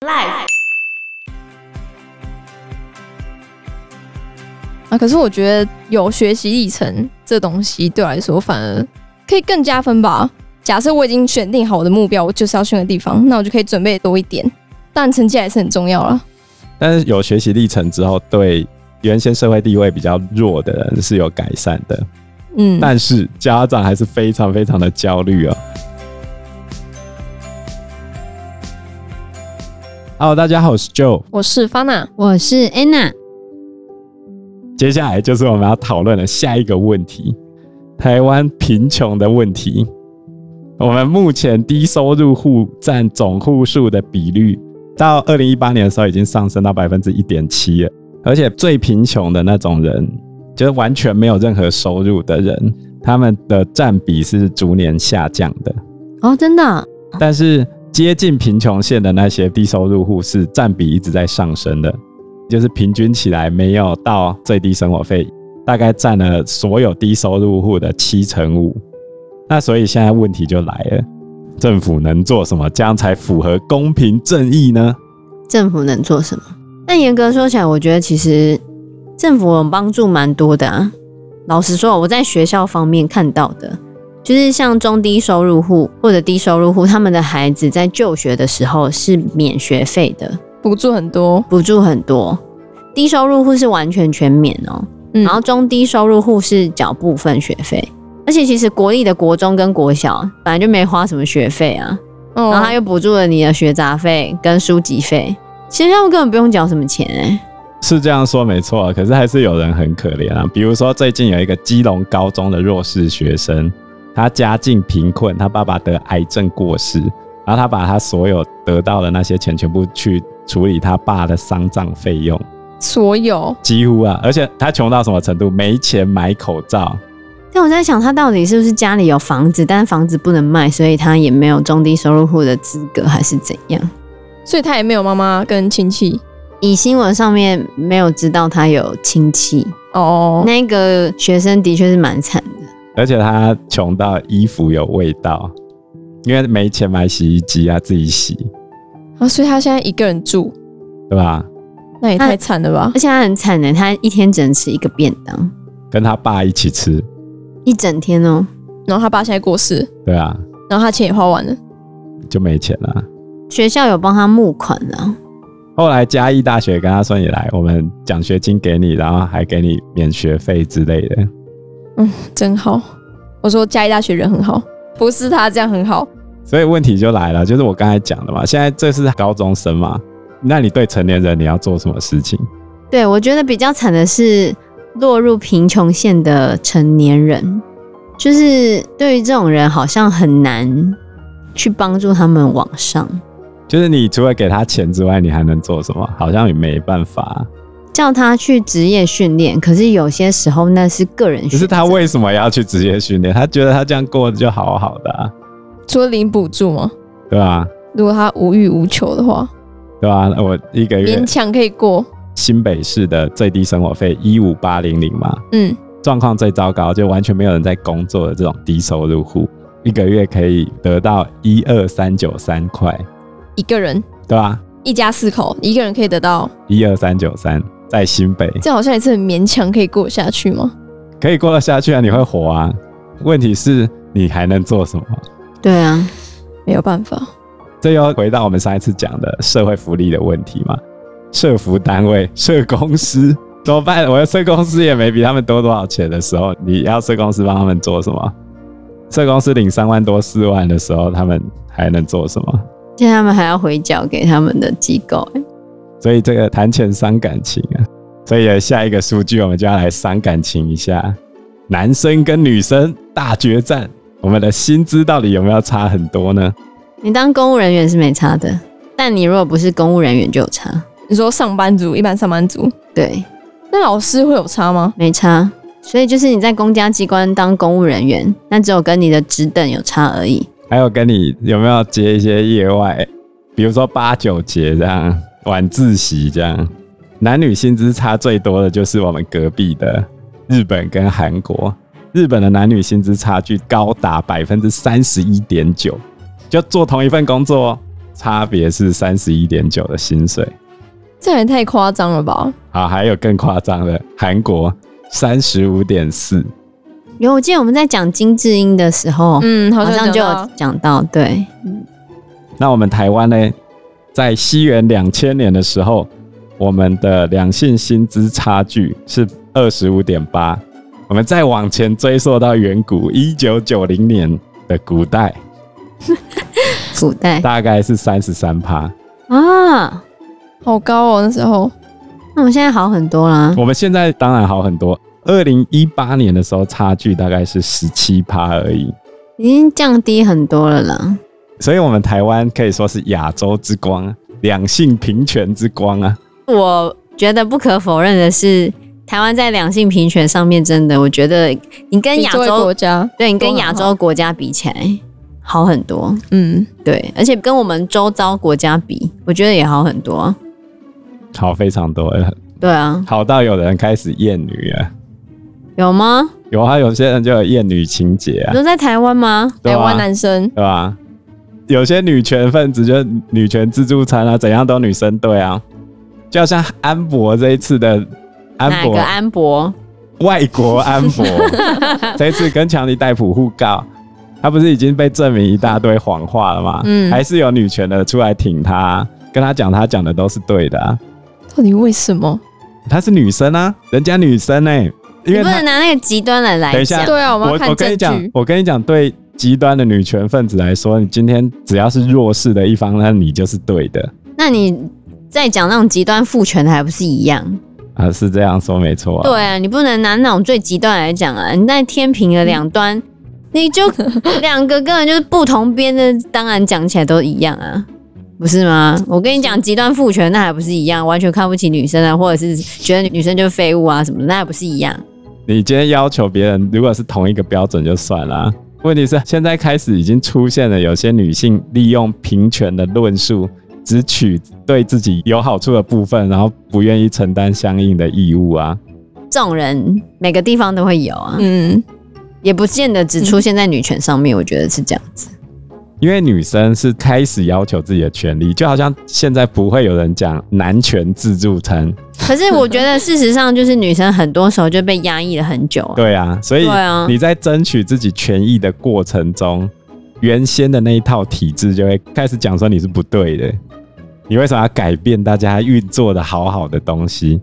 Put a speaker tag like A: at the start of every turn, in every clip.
A: Life
B: 啊，可是我觉得有学习历程这东西对我来说，反而可以更加分吧。假设我已经选定好我的目标，我就是要去那个地方，那我就可以准备多一点。但成绩还是很重要啦。
C: 但是有学习历程之后，对原先社会地位比较弱的人是有改善的，
B: 嗯，
C: 但是家长还是非常非常的焦虑哦。Hello，大家好，我是 Joe。
B: 我是 Fana，
D: 我是 Anna，
C: 接下来就是我们要讨论的下一个问题——台湾贫穷的问题。我们目前低收入户占总户数的比率，到二零一八年的时候已经上升到百分之一点七了。而且最贫穷的那种人，就是完全没有任何收入的人，他们的占比是逐年下降的。
D: 哦，真的啊、
C: 但是接近贫穷线的那些低收入户是占比一直在上升的，就是平均起来没有到最低生活费，大概占了所有低收入户的七成五。那所以现在问题就来了，政府能做什么，这样才符合公平正义呢？
D: 政府能做什么？但严格说起来，我觉得其实政府有帮助蛮多的啊。老实说，我在学校方面看到的，就是像中低收入户或者低收入户，他们的孩子在就学的时候是免学费的，
B: 补助很多，
D: 补助很多。低收入户是完全全免哦，
B: 嗯，
D: 然后中低收入户是缴部分学费。而且其实国立的国中跟国小本来就没花什么学费啊，
B: 哦
D: 然后他又补助了你的学杂费跟书籍费，其实他们根本不用缴什么钱哎、
C: 是这样说没错，可是还是有人很可怜啊。比如说最近有一个基隆高中的弱势学生，他家境贫困，他爸爸得癌症过世，然后他把他所有得到的那些钱全部去处理他爸的丧葬费用，
B: 所有
C: 几乎啊，而且他穷到什么程度？没钱买口罩，
D: 但我在想，他到底是不是家里有房子，但是房子不能卖，所以他也没有中低收入户的资格，还是怎样？
B: 所以他也没有妈妈跟亲戚
D: 以新闻上面没有知道他有亲戚，
B: 哦。
D: 那个学生的确是蛮惨的。
C: 而且他穷到衣服有味道，因为没钱买洗衣机啊，自己洗，
B: 啊，所以他现在一个人住，
C: 对吧？
B: 那也太惨了吧
D: 而！且他很惨的，他一天只能吃一个便当，
C: 跟他爸一起吃，
D: 一整天哦、
B: 然后他爸现在过世，
C: 对啊，
B: 然后他钱也花完了，
C: 就没钱了、
D: 学校有帮他募款啊，
C: 后来嘉义大学跟他说：“你来，我们奖学金给你，然后还给你免学费之类的。
B: 真好。我说嘉义大学人很好，不是他这样很好。”
C: 所以问题就来了，就是我刚才讲的嘛，现在这是高中生嘛，那你对成年人你要做什么事情？
D: 对，我觉得比较惨的是落入贫穷线的成年人，就是对于这种人好像很难去帮助他们往上。
C: 就是你除了给他钱之外，你还能做什么？好像也没办法。啊
D: 叫他去职业训练，可是有些时候那是个人
C: 可
D: 选
C: 是
D: 择。
C: 他为什么要去职业训练？他觉得他这样过得就好好的、啊，
B: 除了领补助吗？
C: 对吧、
B: 如果他无欲无求的话，
C: 对吧、我一个月
B: 勉强可以过。
C: 新北市的最低生活费一五八零零嘛，
B: 嗯，
C: 状况最糟糕，就完全没有人在工作的这种低收入户，一个月可以得到一二三九三块，
B: 一个人
C: 对吧？
B: 一家四口，一个人可以得到，
C: 一二三九三，在新北
B: 这好像也是很勉强可以过下去吗？
C: 可以过得下去啊，你会活啊。问题是你还能做什么？
D: 对啊，
B: 没有办法，
C: 这又回到我们上一次讲的社会福利的问题嘛，社服单位、社公司怎么办？我的社公司也没比他们多多少钱的时候，你要社公司帮他们做什么？社公司领三万多、四万的时候，他们还能做什么？
D: 现在他们还要回缴给他们的机构、欸
C: 所以这个谈钱伤感情啊。所以下一个数据，我们就要来伤感情一下，男生跟女生大决战，我们的薪资到底有没有差很多呢？
D: 你当公务人员是没差的，但你如果不是公务人员就有差。
B: 你说上班族，一般上班族，
D: 对，
B: 那老师会有差吗？
D: 没差。所以就是你在公家机关当公务人员，那只有跟你的职等有差而已。
C: 还有跟你有没有接一些业外，比如说八九节这样，晚自习这样，男女薪资差最多的就是我们隔壁的日本跟韩国。日本的男女薪资差距高达百分之三十一点九，就做同一份工作哦，差别是三十一点九的薪水。
B: 这也太夸张了吧？
C: 好，还有更夸张的，韩国三十五点四，
D: 有，我记得我们在讲金智英的时候，
B: 嗯，好
D: 好
B: 像
D: 像就
B: 讲到
D: 有讲到，对，
C: 那我们台湾呢，在西元两千年的时候，我们的两性薪资差距是二十五点八。我们再往前追溯到远古一九九零年的古代，
D: 古代
C: 大概是三十三趴。
B: 嗯
D: 啊。
B: 好高哦，那时候
D: 那我们现在好很多啦，
C: 我们现在当然好很多。二零一八年的时候，差距大概是十七趴而已。
D: 已经降低很多了啦。
C: 所以，我们台湾可以说是亚洲之光啊，两性平权之光啊。
D: 我觉得不可否认的是，台湾在两性平权上面真的，我觉得你跟
B: 比
D: 亚
B: 作为国
D: 洲，啊
B: 家，
D: 对你
B: 都
D: 跟
B: 很
D: 亚
B: 好
D: 洲国家比起来好很多，
B: 嗯，
D: 对，而且跟我们周遭国家比，我觉得也好很多啊。
C: 好，非常多，呃
D: 对啊，
C: 好到有人开始厌女啊了。
D: 有吗？
C: 有啊，有些人就有厌女情节
D: 你
C: 啊，
D: 说在台湾吗？
C: 对啊
B: 台湾
C: 吧？
B: 男生
C: 对吧？有些女权分子就是女权自助餐啊，怎样都女生对啊，就好像安博这一次的安
D: 哪
C: 博
D: 个安博？
C: 外国安 博，这一次跟强尼戴普互告，他不是已经被证明一大堆谎话了吗？
B: 嗯
C: 还是有女权的出来挺他啊，跟他讲他讲的都是对的、啊，
B: 到底为什
D: 啊
B: 么？
C: 她是女生啊，人家女生呢、因
D: 你
C: 为
D: 不
C: 她。
D: 能拿那个极端的
C: 等
D: 来
C: 一下
D: 讲。
B: 对啊，我们要
C: 我
B: 看
C: 我跟你
B: 证
C: 讲
B: 据，。
C: 我跟你讲，对极端的女权分子来说，你今天只要是弱势的一方，那你就是对的
D: 那你再讲那种极端父权的，还不是一样？
C: 啊，是这样说没错、啊。
D: 对啊，你不能拿那种最极端来讲啊！你在天平的两端，你 就两个根本就是不同边的，当然讲起来都一样啊，不是吗？我跟你讲，极端父权那还不是一样，完全看不起女生啊，或者是觉得女生就是废物啊什么的，那还不是一样？
C: 你今天要求别人，如果是同一个标准就算了、问题是现在开始已经出现了有些女性利用平权的论述，只取对自己有好处的部分，然后不愿意承担相应的义务啊。
D: 这种人每个地方都会有啊，
B: 嗯，
D: 也不见得只出现在女权上面，我觉得是这样子。
C: 因为女生是开始要求自己的权利，就好像现在不会有人讲男权自助餐，
D: 可是我觉得事实上就是女生很多时候就被压抑了很久啊。
C: 对啊，所以
D: 对啊
C: 你在争取自己权益的过程中，原先的那一套体制就会开始讲说你是不对的，你为什么要改变大家运作的好好的东西？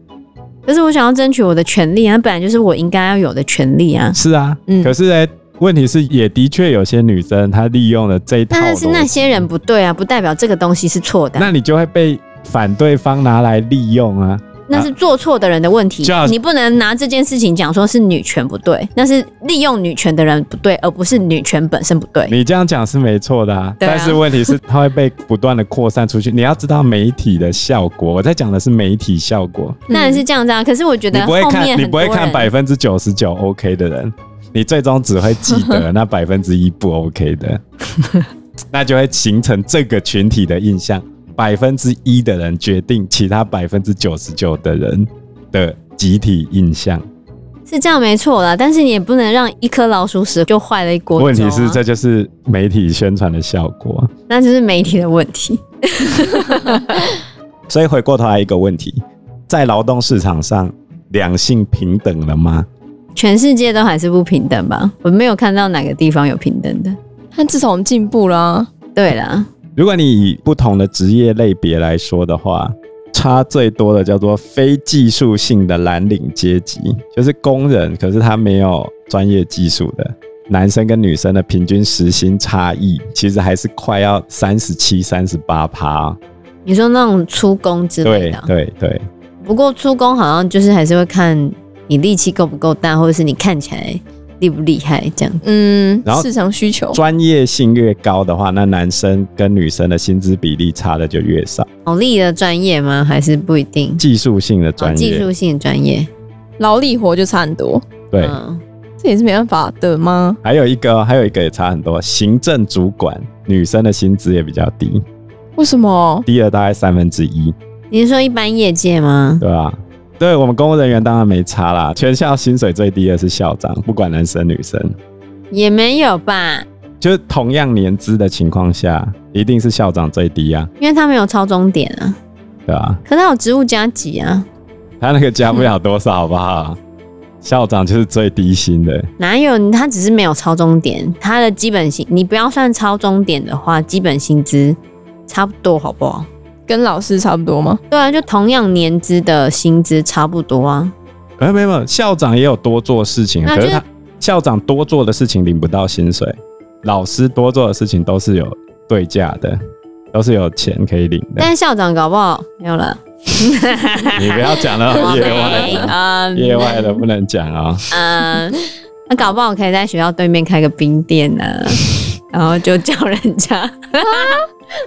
D: 可是我想要争取我的权利啊，本来就是我应该要有的权利啊。
C: 是啊，
B: 嗯
C: 可是呢，问题是也的确有些女生她利用了这一套
D: 但是那
C: 逻辑，
D: 些人不对啊，不代表这个东西是错的啊、
C: 那你就会被反对方拿来利用啊。
D: 那是做错的人的问题
C: 就要。
D: 你不能拿这件事情讲说是女权不对，那是利用女权的人不对，而不是女权本身不对。
C: 你这样讲是没错的啊，
D: 对啊
C: 但是问题是它会被不断的扩散出去。你要知道媒体的效果，我在讲的是媒体效果。
D: 当然是这样子啊，可是我觉
C: 你
D: 得
C: 不会
D: 后面
C: 看，你
D: 很
C: 不
D: 多
C: 会
D: 人
C: 看百分之九十九 OK 的人，你最终只会记 得那百分之一不 OK 的，那就会形成这个群体的印象。百分之一的人决定其他百分之九十九的人的集体印象。
D: 是这样没错啦，但是你也不能让一颗老鼠屎就坏了一锅粥啊、
C: 问题是，这就是媒体宣传的效果。
D: 那就是媒体的问题。
C: 所以回过头来一个问题，在劳动市场上，两性平等了吗？
D: 全世界都还是不平等吧？我没有看到哪个地方有平等的。
B: 但至少我们进步啦、
D: 对啦，
C: 如果你以不同的职业类别来说的话，差最多的叫做非技术性的蓝领阶级，就是工人，可是他没有专业技术的。男生跟女生的平均时薪差异，其实还是快要三十七、三十八趴。
D: 你说那种出工之类
C: 对
D: 的啊，
C: 对对，
D: 不过出工好像就是还是会看你力气够不够大，或者是你看起来厉不厉害这样。
B: 嗯
C: 然后，
B: 市场需
D: 哦
B: 求，
C: 专业性越高的话，那男生跟女生的薪资比例差的就越少。
D: 脑哦力的专业吗？还是不一定？
C: 技术性的
D: 哦
C: 专
D: 技
C: 业，
D: 术性的专业。
B: 劳力活就差很多，
C: 对，
D: 嗯，
B: 这也是没办法的吗？
C: 还有一个，还有一个也差很多。行政主管女生的薪资也比较低，
B: 为什么？
C: 低了大概三分之一，
D: 你是说一般业界吗？
C: 对吧、对我们公务人员当然没差啦，全校薪水最低的是校长，不管男生女生。
D: 也没有吧。
C: 就是同样年资的情况下，一定是校长最低啊，
D: 因为他没有超终点啊，
C: 对吧、
D: 可他有职务加级啊，
C: 他那个加不了多少，好不好？ 校长就是最低薪的，
D: 哪有他只是没有超终点，他的基本薪你不要算超终点的话，基本薪资差不多好不好？
B: 跟老师差不多吗？
D: 对啊，就同样年资的薪资差不多啊，
C: 哎，没有没有，校长也有多做事情，
D: 那
C: 可
D: 就是
C: 是他校长多做的事情领不到薪水，老师多做的事情都是有对价的，都是有钱可以领 的。
D: 但是校长搞不好没有了，
C: 你不要讲到业外了，
D: 嗯
C: 业外的不能讲啊、
D: 嗯，那搞不好可以在学校对面开个冰店 呢、然后就叫人家。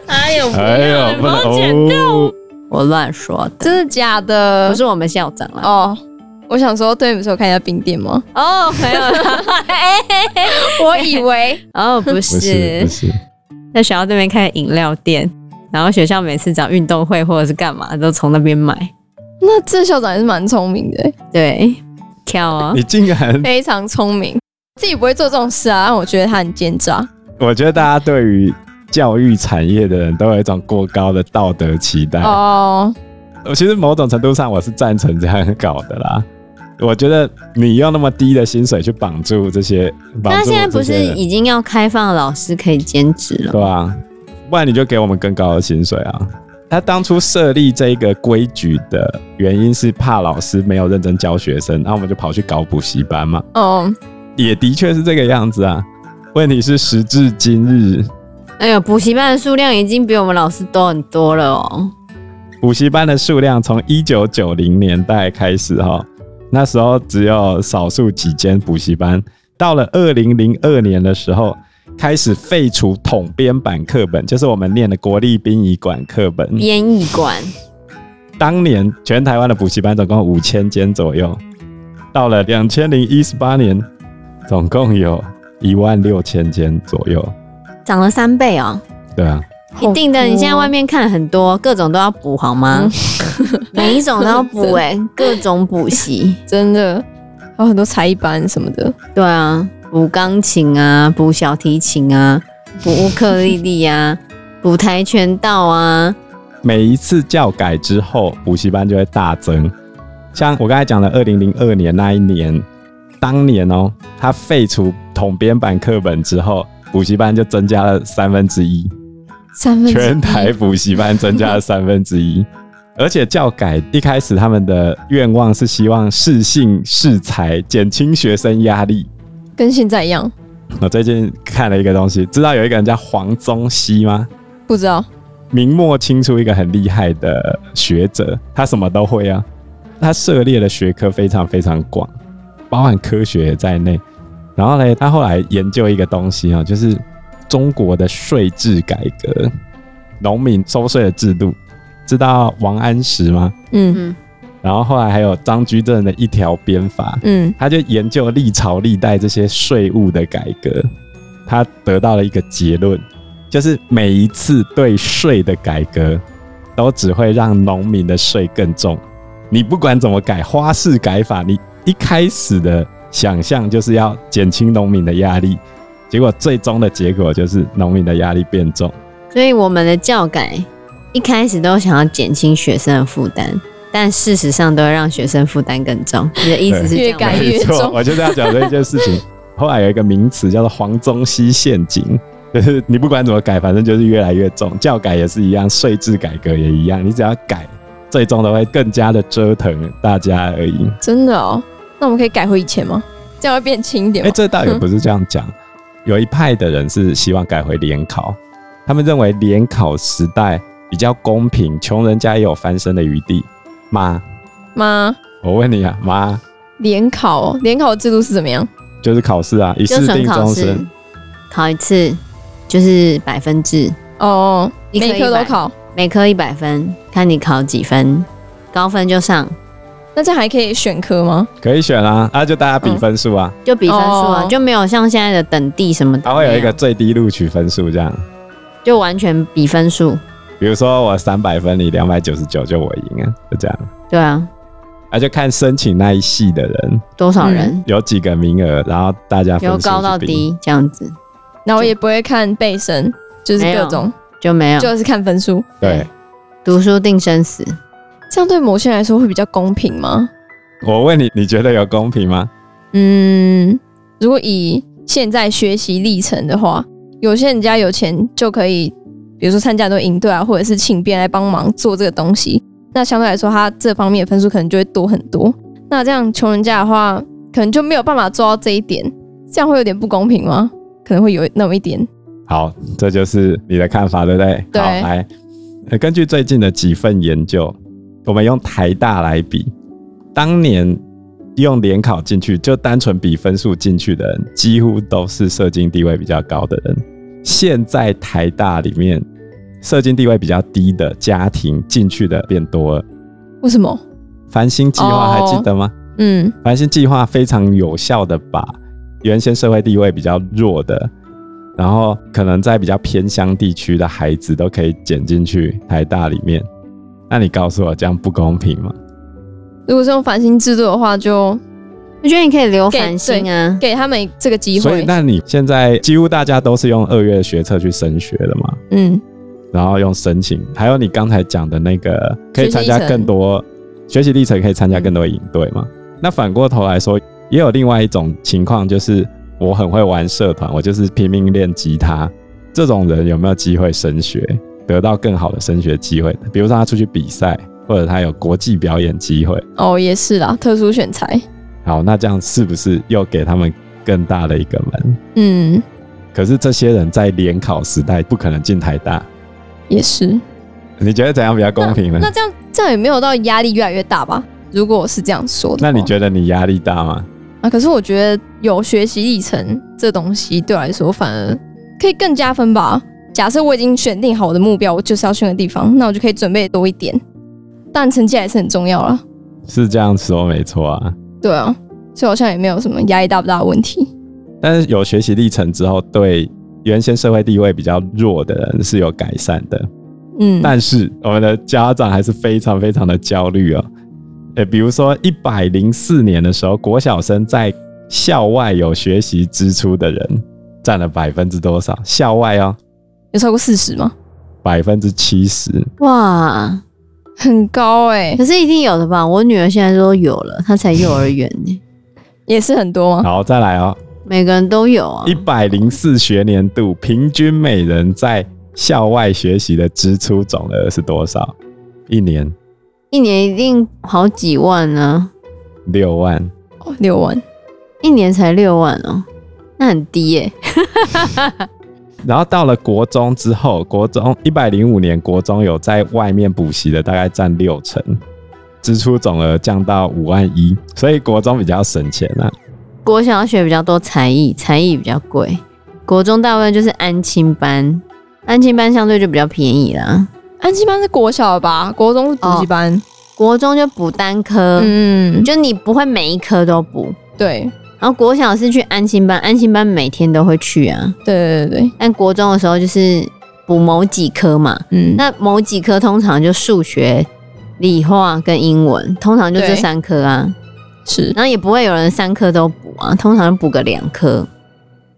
D: 哎呦，
C: 哎呦，不能哦，
D: 我乱说的，
B: 真的假的？
D: 不是我们校长了。
B: 哦，我想说，对，你们是有看一下冰店吗？
D: 哦，没有啦，哎、
B: 我以为
D: 哦，不
C: 不是
D: 是
C: 不，是，
D: 在学校对面开饮料店，然后学校每次找运动会或者是干嘛，都从那边买。
B: 那这校长还是蛮聪明的欸，
D: 对，跳 啊、
C: 你竟然
B: 非常聪明，自己不会做这种事啊，让我觉得他很奸诈。
C: 我觉得大家对于教育产业的人都有一种过高的道德期待。
B: 哦，
C: 我其实某种程度上我是赞成这样搞的啦。我觉得你用那么低的薪水去绑住这些，绑
D: 那
C: 住
D: 现在不
C: 这
D: 是
C: 些人
D: 已经要开放老师可以兼职了？
C: 对吧、不然你就给我们更高的薪水啊！他当初设立这个规矩的原因是怕老师没有认真教学生，然后我们就跑去搞补习班嘛，
B: 哦，
C: 也的确是这个样子啊。问题是时至今日，
D: 哎呦，补习班的数量已经比我们老师多很多了哦。
C: 补习班的数量从一九九零年代开始哈，那时候只有少数几间补习班。到了二零零二年的时候，开始废除统编版课本，就是我们念的国立殡仪馆课本。
D: 编译馆，
C: 当年全台湾的补习班总共五千间左右，到了两千零一十八年，总共有一万六千间左右。
D: 涨了三倍哦，
C: 对啊，
D: 一定的。
B: 好多哦
D: 你现在外面看很多，各种都要补好吗？
B: 嗯
D: 每一种都要补 哎、各种补习。
B: 真的，还有很多才艺班什么的，
D: 对啊，补钢琴啊，补小提琴啊，补乌克丽丽 啊，补跆拳道啊。
C: 每一次教改之后，补习班就会大增。像我刚才讲的，二零零二年那一年，当年哦，他废除统编版课本之后，补习班就增加了三分之一，
B: 三分之一
C: 全台补习班增加了三分之一。 而且教改一开始他们的愿望是希望适性适才，减轻学生压力。
B: 跟现在一样，
C: 我最近看了一个东西，知道有一个人叫黄宗羲吗？
B: 不知道
C: 明末清初一个很厉害的学者，他什么都会啊。他涉猎的学科非常非常广，包含科学也在内。然后呢，他后来研究一个东西啊，就是中国的税制改革，农民收税的制度。知道王安石吗？
B: 嗯
D: 嗯，
C: 然后后来还有张居正的一条鞭法，
B: 嗯，
C: 他就研究历朝历代这些税务的改革，他得到了一个结论，就是每一次对税的改革，都只会让农民的税更重。你不管怎么改，花式改法，你一开始的想象就是要减轻农民的压力，结果最终的结果就是农民的压力变重。
D: 所以我们的教改一开始都想要减轻学生的负担，但事实上都会让学生负担更重。你的意思是这样
B: 越
D: 吗
B: 改
C: 没
B: 越
C: 错，
B: 重
C: 我就是要讲这一件事情。 后来有一个名词叫做“黄宗羲陷阱”，就是你不管怎么改，反正就是越来越重。教改也是一样，税制改革也一样，你只要改，最终都会更加的折腾大家而已。
B: 真的哦。那我们可以改回以前吗？这样会变轻一点
C: 哎、
B: 吗？
C: 这倒也不是这样讲，有一派的人是希望改回联考，他们认为联考时代比较公平，穷人家也有翻身的余地。妈，
B: 妈，
C: 我问你啊，妈，
B: 联考哦，联考的制度是怎么样？
C: 就是考试啊，一
D: 就
C: 试
D: 纯
C: 定
D: 考
C: 终
D: 试
C: 身。，
D: 考一次就是百分制，
B: 哦，
D: 一科
B: 每科
D: 100
B: 都考，
D: 每科一百分，看你考几分，高分就上，
B: 那这样还可以选科吗？
C: 可以选啊，啊，就大家比
B: 嗯
C: 分数啊。
D: 就比分数啊，
B: 哦
D: 就没有像现在的等地什么的，
C: 它会有一
D: 没
C: 个最低录取分数这样。
D: 就完全比分数，
C: 比如说我三百分，你两百九十九就我赢了，就这样。
D: 对啊，
C: 啊，就看申请那一系的人
D: 多少人、
B: 嗯
C: 有几个名额，然后大家分
D: 由
C: 数
D: 高到
C: 去比。
D: 低这样子，
B: 然后也不会看背身，就是各种，
D: 就没有
B: 就是看分数。
C: 对
D: 读书定生死。
B: 这样对某些人来说会比较公平吗？
C: 我问你，你觉得有公平吗？
B: 嗯，如果以现在学习历程的话，有些人家有钱就可以，比如说参加很多营队啊，或者是请别人来帮忙做这个东西，那相对来说他这方面的分数可能就会多很多。那这样穷人家的话，可能就没有办法做到这一点，这样会有点不公平吗？可能会有那么一点。
C: 好，这就是你的看法，对不对？
B: 对
C: 好，来，呃根据最近的几份研究，我们用台大来比，当年用联考进去，就单纯比分数进去的人，几乎都是社经地位比较高的人。现在台大里面，社经地位比较低的家庭进去的变多了。
B: 为什么？
C: 繁星计划还记得吗？
B: 嗯，
C: 繁星计划非常有效的把原先社会地位比较弱的，然后可能在比较偏乡地区的孩子都可以捡进去台大里面。那你告诉我，这样不公平吗？
B: 如果是用繁星制度的话，就
D: 我觉得你可以留繁星啊，
B: 给他们这个机
C: 所以
B: 会，。
C: 那你现在几乎大家都是用二月学测去升学的嘛，
B: 嗯，
C: 然后用申请，还有你刚才讲的那个可以参加
B: 学习历程
C: 更多学习历程，可以参加更多营队嘛。那反过头来说，也有另外一种情况，就是我很会玩社团，我就是拼命练吉他，这种人有没有机会升学，得到更好的升学机会？比如说他出去比赛，或者他有国际表演机会。
B: 哦，也是啦，特殊选材。
C: 好，那这样是不是又给他们更大的一个门？
B: 嗯，
C: 可是这些人在联考时代不可能进台大，
B: 也是。
C: 嗯你觉得怎样比较公平呢？
B: 那这样这样也没有到压力越来越大吧？如果是这样说的
C: 那
B: 话，
C: 你觉得你压力大吗？
B: 啊？可是我觉得有学习历程这东西对我来说反而可以更加分吧。假设我已经选定好我的目标，我就是要去的地方，那我就可以准备多一点。但成绩还是很重要啦，
C: 是这样说没错啊，
B: 对啊，所以好像也没有什么压力大不大的问题。
C: 但是有学习历程之后，对原先社会地位比较弱的人是有改善的。
B: 嗯，
C: 但是我们的家长还是非常非常的焦虑哦。呃，比如说一百零四年的时候，国小生在校外有学习支出的人占了百分之多少？校外哦，
B: 有超过四十吗？
C: 百分之七十。
D: 哇！
B: 很高哎、
D: 可是一定有的吧？我女儿现在都有了，她才幼儿园呢，
B: 也是很多吗？
C: 好，再来哦，
D: 每个人都有啊
C: 一。百零四学年度平均每人在校外学习的支出总额是多少？一年
D: 一年一定好几万呢、
C: 六万。
B: 哦，六万，
D: 一年才六万哦、那很低耶、
C: 然后到了国中之后，国中一百零五年国中有在外面补习的大概占六成，支出总额降到五万一，所以国中比较省钱啊。
D: 国小要学比较多才艺，才艺比较贵。国中大部分就是安亲班，安亲班相对就比较便宜啦。
B: 安亲班是国小的吧？国中是补习班。
D: 国中就补单科，
B: 嗯，
D: 就你不会每一科都补。
B: 对
D: 然后国小是去安亲班，安亲班每天都会去啊。
B: 对对对，
D: 但国中的时候就是补某几科嘛，
B: 嗯，
D: 那某几科通常就数学、理化跟英文，通常就这
B: 对
D: 三科啊。
B: 是
D: 然后也不会有人三科都补啊，通常就补个两科，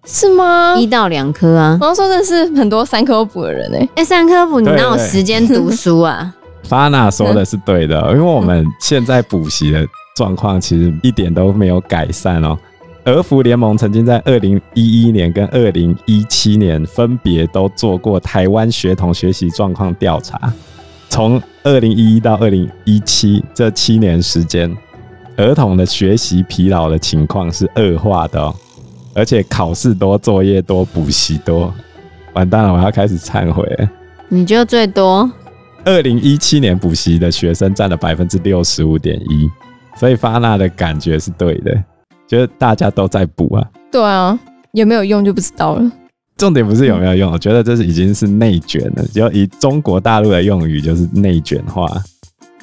B: 是吗？
D: 一到两科啊。
B: 我要说的是很多三科补的人哎、
D: 哎、三科补你
C: 对
D: 哪有
C: 对
D: 时间读书 啊？
C: 发娜说的是对的，因为我们现在补习的状况其实一点都没有改善哦。儿福联盟曾经在二零一一年跟二零一七年分别都做过台湾学童学习状况调查，从二零一一到二零一七这七年时间，儿童的学习疲劳的情况是恶化的哦，而且考试多、作业多、补习多，完蛋了，我要开始忏悔了。
D: 你就最多
C: 二零一七年补习的学生占了百分之六十五点一，所以发那的感觉是对的，就是大家都在补啊。
B: 对啊，有没有用就不知道了。
C: 重点不是有没有用，我觉得这是已经是内卷了，就以中国大陆的用语就是内卷化。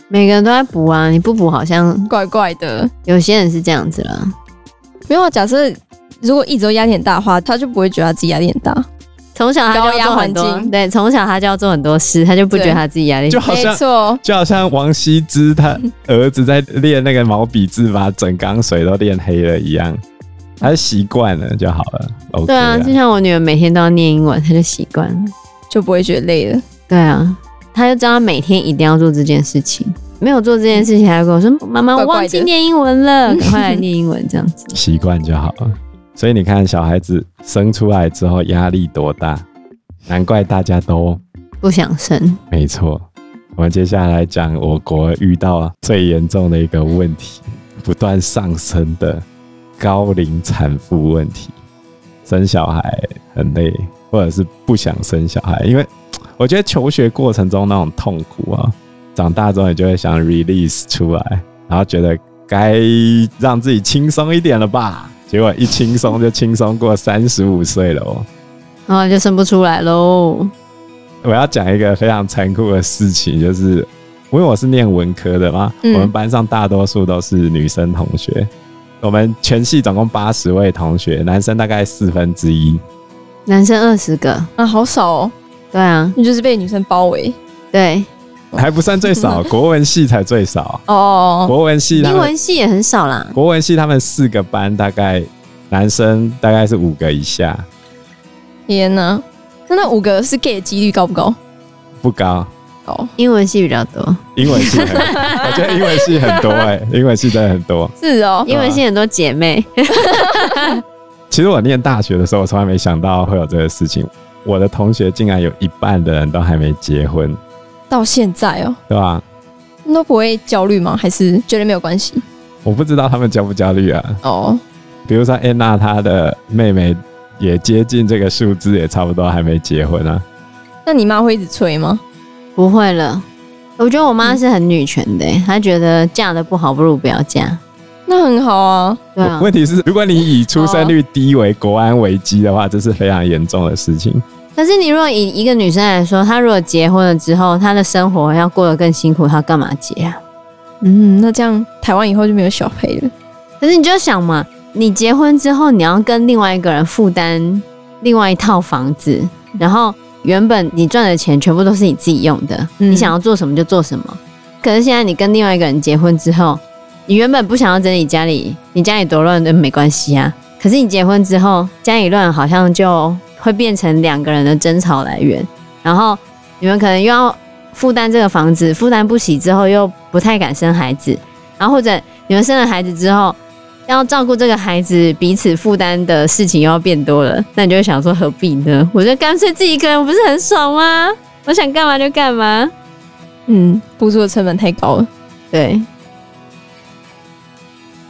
D: 每个人都在补啊，你不补好像
B: 怪怪的，
D: 有些人是这样子啦。
B: 没有啊。假设如果一直都压力很大的话，他就不会觉得他自己压力很大。
D: 从小他就
B: 高
D: 要
B: 压
D: 做很
B: 环
D: 多，
B: 境
D: 对，从小他就要做很多事，他就不觉得
B: 对
D: 他自己压力
C: 就好
B: 没
C: 像
B: 错，
C: 就好像王羲之他儿子在练那个毛笔字，把整缸水都练黑了一样。他是习惯了就好了。OK，
D: 对啊，
C: 啦
D: 就像我女儿每天都要念英文，她就习惯了。
B: 就不会觉得累了。
D: 对啊，她就知道每天一定要做这件事情。没有做这件事情，还跟我说：“妈妈，
B: 怪
D: 我
B: 怪的
D: 忘记念英文了，赶快来念英文。”这样子，
C: 习惯就好了。所以你看，小孩子生出来之后压力多大，难怪大家都
D: 不想生。
C: 没错。我们接下来讲我国遇到最严重的一个问题，不断上升的高龄产妇问题。生小孩很累，或者是不想生小孩，因为我觉得求学过程中那种痛苦啊，长大之后你就会想 release 出来，然后觉得该让自己轻松一点了吧。结果一轻松就轻松过三十五岁了哦。
D: 然后就生不出来喽。
C: 我要讲一个非常残酷的事情，就是因为我是念文科的嘛，
B: 嗯
C: 我们班上大多数都是女生同学，我们全系总共八十位同学，男生大概四分之一。
D: 男生二十个，
B: 啊，好少哦，
D: 对啊，
B: 你就是被女生包围
D: 对，
C: 还不算最 少，国文系才最少。
B: 哦。
C: 国文系他
D: 英
C: 们
D: 文系也很少啦。
C: 国文系他们四个班大概男生大概是五个以下，
B: 天哪，那那五个是 gay 的几率高不哦高？
C: 不高。
B: 高，
D: 英文系比较多，
C: 英文系很，我觉得英文系很多哎、英文系真的很多。
B: 是哦。
D: 英文系很多姐妹，
C: 其实我念大学的时候，我从来没想到会有这个事情。我的同学竟然有一半的人都还没结婚，
B: 到现在哦，
C: 对吧？
B: 那都不会焦虑吗？还是觉得没有关系？
C: 我不知道他们焦不焦虑啊。
B: 哦，
C: 比如说安娜她的妹妹也接近这个数字，也差不多还没结婚啊。
B: 那你妈会一直催吗？
D: 不会了。我觉得我妈是很女权的、欸她觉得嫁的不好，不如不要嫁。
B: 那很好啊，
D: 对啊，
C: 问题是，如果你以出生率低为国安危机的话，这是非常严重的事情。
D: 可是你如果以一个女生来说，她如果结婚了之后，她的生活要过得更辛苦，她干嘛结啊？
B: 嗯，那这样台湾以后就没有小陪了。
D: 可是你就想嘛，你结婚之后，你要跟另外一个人负担另外一套房子，然后原本你赚的钱全部都是你自己用的，
B: 嗯
D: 你想要做什么就做什么。可是现在你跟另外一个人结婚之后，你原本不想要整理家里，你家里多乱都没关系啊。可是你结婚之后，家里乱好像就会变成两个人的争吵来源，然后你们可能又要负担这个房子，负担不起之后又不太敢生孩子，然后或者你们生了孩子之后，要照顾这个孩子，彼此负担的事情又要变多了，那你就会想说何必呢？我就干脆自己一个人，不是很爽吗？我想干嘛就干嘛。
B: 嗯，付出的成本太高了。
D: 对，